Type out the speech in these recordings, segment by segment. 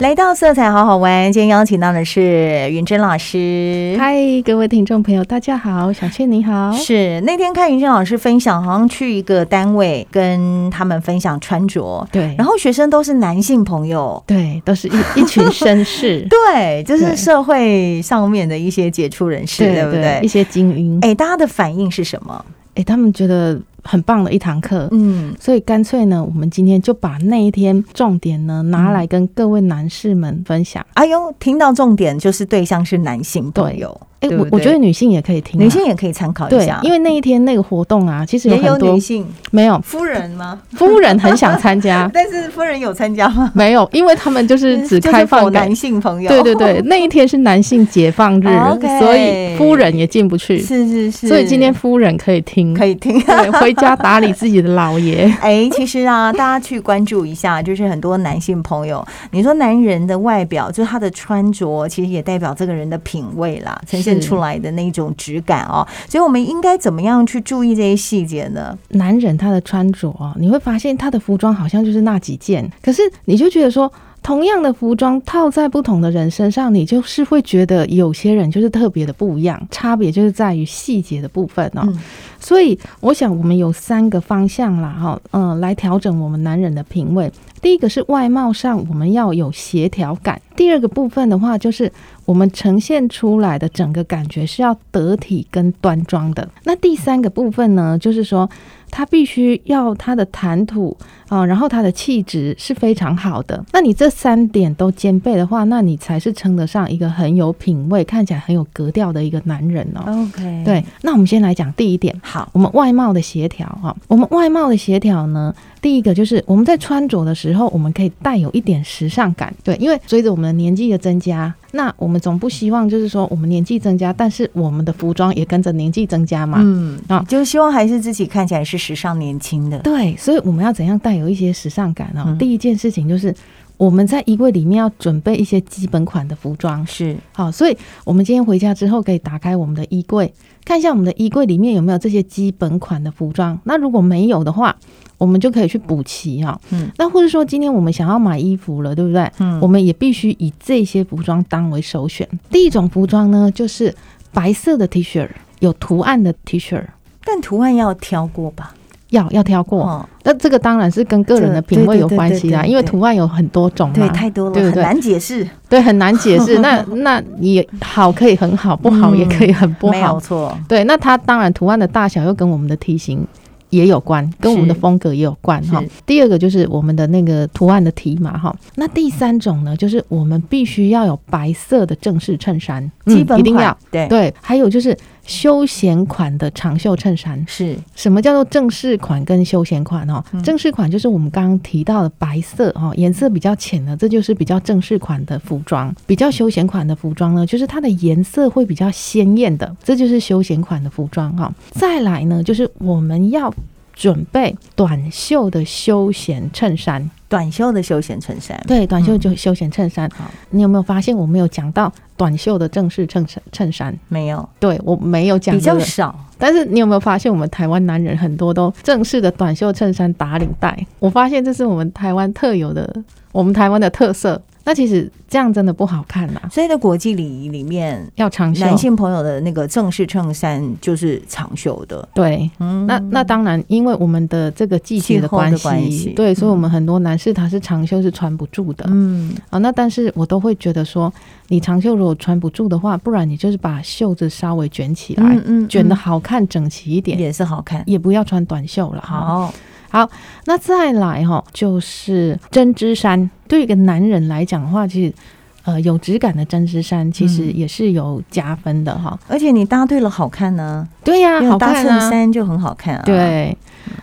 来到色彩好好玩，今天邀请到的是云珍老师。嗨，各位听众朋友，大家好，小倩你好。是那天看云珍老师分享，好像去一个单位跟他们分享穿着，对，然后学生都是男性朋友，对，都是一一群绅士， 对，就是对社会上面的一些杰出人士，对不一对？些精英，哎、哎，大家的反应是什么？他们觉得很棒的一堂课。嗯，所以干脆呢，我们今天就把那一天重点呢嗯拿来跟各位男士们分享。哎呦，听到重点就是对象是男性朋友，哎、对我不我对觉得女性也可以听啊、女性也可以参考一对下，，因为为那一天那个活动啊，其实有也有很多女性没 有夫人吗？夫人很想 参加，但是夫人有参加吗？没有，因为他们就是嗯只就开否放给男性朋友，啊对 对对，那一天是男性解放日 OK 所以夫人也进不去，是是是，所以今天夫人可以听，可以听。。对回家打理自己的老爷 哎，其实啊，大家去关注一下，就是很多男性朋友，你说男人的外表，就是他的穿着，其实也代表这个人的品味啦，呈现出来的那种质感哦。所以我们应该怎么样去注意这些细节呢？ 男人他的穿着啊，你会发现他的服装好像就是那几件，可是你就觉得说。同样的服装套在不同的人身上，你就是会觉得有些人就是特别的不一样，差别就是在于细节的部分哦。嗯所以我想我们有三个方向啦，哈，嗯，来调整我们男人的品味。第一个是外貌上我们要有协调感，第二个部分的话就是我们呈现出来的整个感觉是要得体跟端庄的。那第三个部分呢，就是说他必须要他的谈吐啊、然后他的气质是非常好的。那你这三点都兼备的话，那你才是称得上一个很有品味、看起来很有格调的一个男人哦。 ，OK，对，那我们先来讲第一点，好，我们外貌的协调哈，我们外貌的协调呢，第一个就是我们在穿着的时候，我们可以带有一点时尚感，对，因为随着我们的年纪的增加，那我们总不希望就是说我们年纪增加，但是我们的服装也跟着年纪增加嘛。嗯啊就希望还是自己看起来是时尚年轻的，对，所以我们要怎样带有一些时尚感哦？嗯第一件事情就是我们在衣柜里面要准备一些基本款的服装，是好，所以我们今天回家之后，可以打开我们的衣柜，看一下我们的衣柜里面有没有这些基本款的服装。那如果没有的话，我们就可以去补齐哈、嗯，那或者说今天我们想要买衣服了，对不对？嗯我们也必须以这些服装当为首选。第一种服装呢，就是白色的 T 恤，有图案的 T 恤。但图案要挑过吧？要要挑过，哦，那、这个当然是跟个人的品味有关系啦，对对对对对因为图案有很多种嘛，对，太多了，对不很对难解释，对很难解释。那 那也好可以很好，不好也可以很不嗯没好有，错，对，那它当然图案的大小又跟我们的体型也有关，跟我们的风格也有关哈是。第二个就是我们的那个图案的题嘛哈。那嗯第三种呢，就是我们必须要有白色的正式衬衫，嗯基本一定款要。对对，还有就是休闲款的长袖衬衫。是什么叫做正式款跟休闲款哦？正式款就是我们刚刚提到的白色哦，颜色比较浅的，这就是比较正式款的服装。比较休闲款的服装呢，就是它的颜色会比较鲜艳的，这就是休闲款的服装哈、再来呢，就是我们要准备短袖的休闲衬衫，短袖的休闲衬衫，对，短袖就休闲衬衫。好你有没有发现我没有讲到短袖的正式衬衫？衬衫，没有对我没有讲比这较个。少。但是你有没有发现，我们台湾男人很多都正式的短袖衬衫打领带？我发现这是我们台湾特有的，我们台湾的特色。那其实这样真的不好看啦，所以在国际礼仪里面，要哦长袖。男性朋友的那个正式衬衫就是长袖的，对，嗯那那当然，因为我们的这个季节气的候的关系，关系对，所以我们很多男士他是长袖是穿不住的。嗯，啊，那但是我都会觉得说，你长袖如果穿不住的话，不然你就是把袖子稍微卷起来，嗯嗯卷的嗯好看整齐一点，嗯也是好看。也不要穿短袖了。哈。好，那再来哈、就是针织衫，对于一个男人来讲的话，其实呃有质感的针织衫其实嗯也是有加分的哈、而且你搭对了好看呢、对呀、因为好搭看衬啊。衫就很好看啊。，对，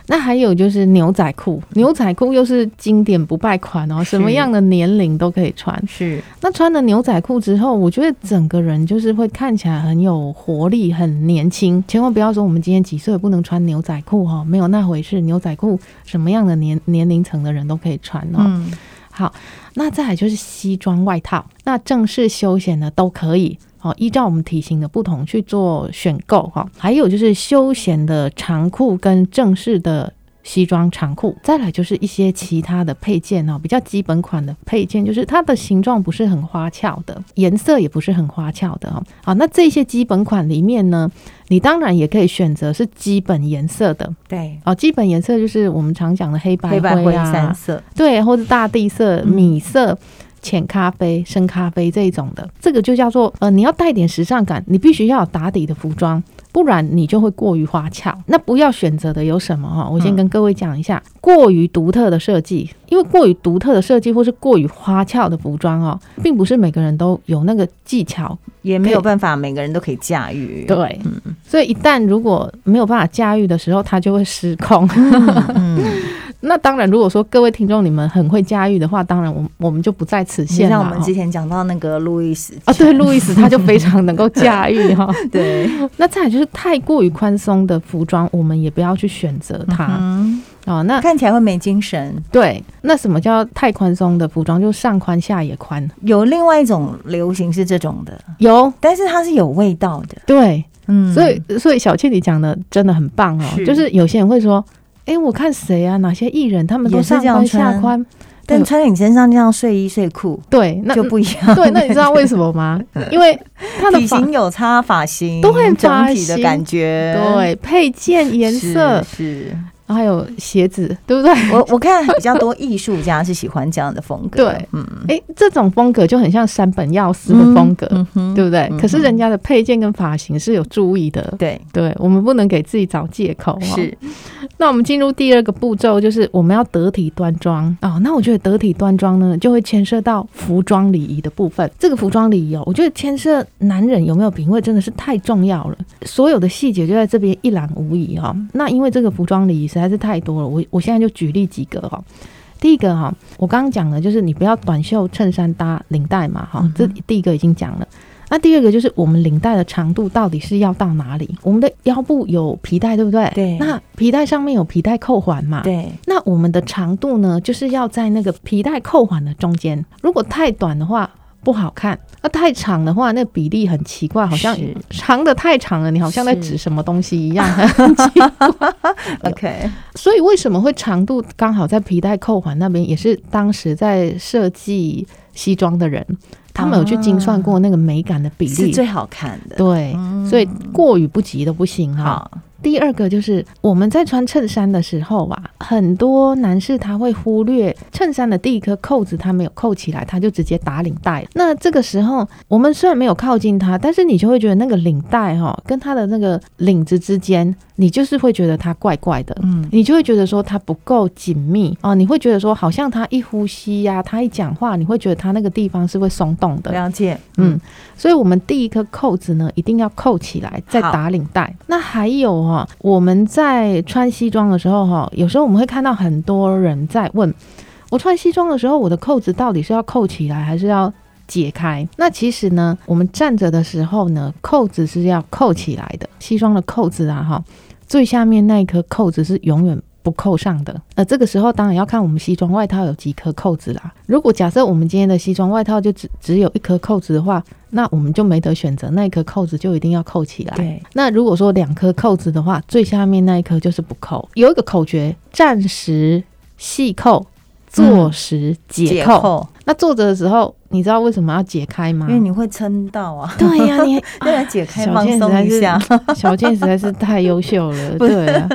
那还有就是牛仔裤，牛仔裤又是经典不败款哦，是什么样的年龄都可以穿。是那穿了牛仔裤之后，我觉得整个人就是会看起来很有活力，很年轻。千万不要说我们今天几岁不能穿牛仔裤哈、哦，没有那回事。牛仔裤什么样的年年龄层的人都可以穿哦。嗯，好，那再来就是西装外套，那正式休闲的都可以。哦，依照我们体型的不同哦去做选购哈、还有就是休闲的长裤跟正式的西装长裤，再来就是一些其他的配件哦，比较基本款的配件，就是它的形状不是很花俏的，颜色也不是很花俏的哦。好，那这些基本款里面呢，你当然也可以选择是基本颜色的对，哦，基本颜色就是我们常讲的黑白黑白灰灰啊，三色，对，或者大地色、嗯米色、浅咖啡、深咖啡这一种的，这个就叫做呃，你要带点时尚感，你必须要有打底的服装。不然你就会过于花俏。那不要选择的有什么哈？我先嗯跟各位讲一下，过于独特的设计，因为过于独特的设计或是过于花俏的服装哦，并不是每个人都有那个技巧也没可以有办法每个人都可以驾驭。对，嗯所以一旦如果没有办法驾驭的时候，它就会失控。 嗯，那当然，如果说各位听众你们很会驾驭的话，当然我们我们就不在此就限了像我哦。们之前讲到那个路易斯，啊，对，路易 斯他就非常能够驾驭 哈。对，那再来就是太过于宽松的服装，我们也不要去选择它、嗯，哦。那看起来会没精神。对，那什么叫太宽松的服装？就上宽下也宽，有另外一种流行是这种的，有但是它是有味道的。对。嗯，所以，所以小倩你讲的真的很棒哦。是就是有些人会说，哎、我看谁啊，哪些艺人他们都也是上这样宽下穿宽，但穿在你身上这样睡衣睡裤对，那嗯就不一样。对，那你知道为什么 吗？因为它的体发型有差，发型对整发体的型感觉，对配件、颜色，是是还有鞋子，对不对？我我看比较多艺术家是喜欢这样的风格，对嗯，哎，这种风格就很像山本耀司的风格，嗯哼对不对？嗯可是人家的配件跟发型是有注意的。对，对，我们不能给自己找借口、哦。是， 那我们进入第二个步骤，就是我们要得体端庄哦。那我觉得得体端庄呢，就会牵涉到服装礼仪的部分。这个服装礼仪哦，我觉得牵涉男人有没有品味真的是太重要了，所有的细节就在这边一览无遗哦。那因为这个服装礼仪实在是太多了，我我现在就举例几个哦。第一个哈、我刚刚讲的就是你不要短袖衬衫搭领带嘛，哈、嗯哼这第一个已经讲了。那第二个就是我们领带的长度到底是要到哪里？我们的腰部有皮带，对不对？对那皮带上面有皮带扣环嘛？。对，那我们的长度呢，就是要在那个皮带扣环的中间。如果太短的话，不好看；那太长的话，那比例很奇怪，好像是长的太长了，你好像在是指什么东西一样。 OK，所以为什么会长度刚好在皮带扣环那边，也是当时在设计西装的人，他们有去精算过那个美感的比啊是例。最嗯好看的。对，所以过于不及都不行哈、好，第二个就是我们在穿衬衫的时候啊，很多男士他会忽略衬衫的第一颗扣子，他没有扣起来，他就直接打领带。那这个时候，我们虽然没有靠近他，但是你就会觉得那个领带哈、跟他的那个领子之间，你就是会觉得它怪怪的。嗯，你就会觉得说它不够紧密哦，你会觉得说好像他一呼吸呀、他一讲话，你会觉得他那个地方是会松动的。了解，嗯，所以我们第一颗扣子呢，一定要扣起来，再好打领带。那还有哈、我们在穿西装的时候哈、有时候我们会看到很多人在问，我穿西装的时候，我的扣子到底是要扣起来还是要？解开，那其实呢，我们站着的时候呢，扣子是要扣起来的。西装的扣子啊，哈，最下面那一颗扣子是永远不扣上的。呃，这个时候当然要看我们西装外套有几颗扣子啦。如果假设我们今天的西装外套就只只有一颗扣子的话，那我们就没得选择，那一颗扣子就一定要扣起来。对，那如果说两颗扣子的话，最下面那一颗就是不扣。有一个口诀：暂时系扣，坐时解扣。嗯扣，那坐着的时候，你知道为什么要解开吗因？ 为你会撑到啊，对呀、你 要来解开小放健松实在一是下，小健实在是太优秀 了，不对啊，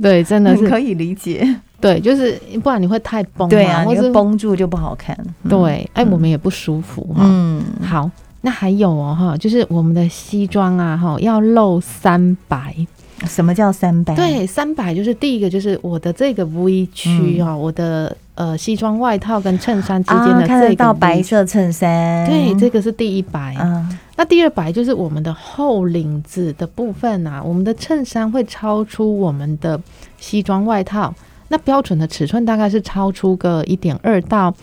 对，真的很是 可以理解。对，就是不然你会太崩嘛，对啊，或你是会绷住就不好看。嗯，对，哎，嗯我们也不舒服哈、嗯，好，那还有哦哈，就是我们的西装啊哈，要露三白。什么叫三白？对，三白就是第一个就是我的这个 V 区哦，我的呃西装外套跟衬衫之间嗯啊，的看这得个到 V 白区。色衬衫，对，这个是第一白。啊，那第二白就是我们的后领子的部分啊，我们的衬衫会超出我们的西装外套，那标准的尺寸大概是超出个一点二到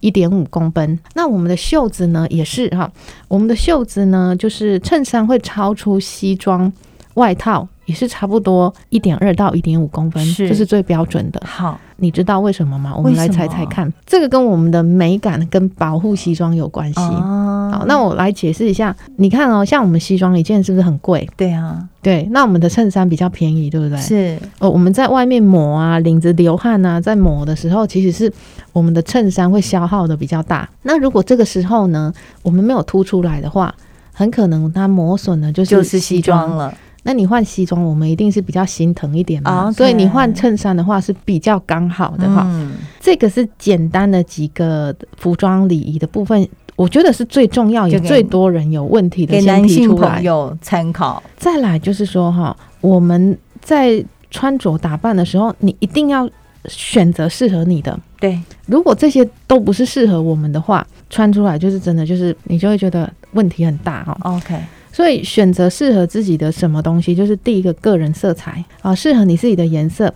一点五公分。那我们的袖子呢也是哈，我们的袖子呢就是衬衫会超出西装外套。也是差不多一点二到一点五公分，是这是最标准的。好，你知道为什么吗？我们为来什么猜猜看，这个跟我们的美感跟保护西装有关系。好，哦，那我来解释一下。你看哦，像我们西装一件是不是很贵？对啊，对，那我们的衬衫比较便宜，对不对？是哦，我们在外面抹啊，领子流汗啊，在抹的时候，其实是我们的衬衫会消耗的比较大。那如果这个时候呢，我们没有凸出来的话，很可能它磨损的就是就是西装了。了，那你换西装，我们一定是比较心疼一点嘛。 OK 所以你换衬衫的话是比较刚好的哈。嗯，这个是简单的几个服装礼仪的部分，我觉得是最重要也就给最多人有问题的给先男提性出来朋。友参考，再来就是说哈，我们在穿着打扮的时候，你一定要选择适合你的。对，如果这些都不是适合我们的话，穿出来就是真的就是你就会觉得问题很大哈。 OK，所以选择适合自己的什么东西，就是第一个个人色彩啊，适合你自己的颜色。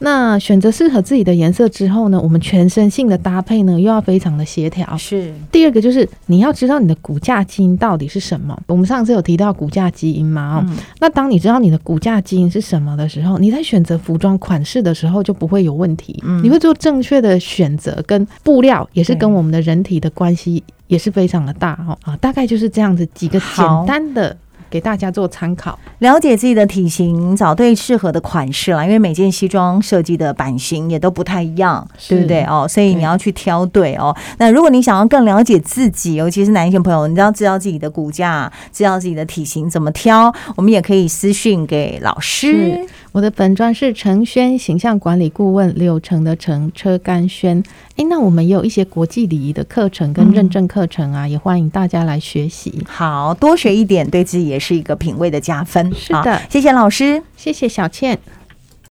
那选择适合自己的颜色之后呢，我们全身性的搭配呢又要非常的协调。是第二个就是你要知道你的骨架基因到底是什么。我们上次有提到骨架基因嘛，哦，嗯，那当你知道你的骨架基因是什么的时候，你在选择服装款式的时候就不会有问题。嗯你会做正确的选择，跟布料也是跟对我们的人体的关系也是非常的大哦嗯啊，大概就是这样子几个简好单的给大家做参考。了解自己的体型，找对适合的款式啦，因为每件西装设计的版型也都不太一样，是对不对哦？所以你对要去挑对哦。那如果你想要更了解自己，尤其是男性朋友，你要知道自己的骨架，知道自己的体型怎么挑，我们也可以私讯给老师是。我的本专是程轩形象管理顾问，柳橙的橙，车甘轩。诶，那我们也有一些国际礼仪的课程跟嗯认证课程啊，也欢迎大家来学习。好多学一点，对自己也是一个品味的加分。是的好谢谢老师。谢谢小倩。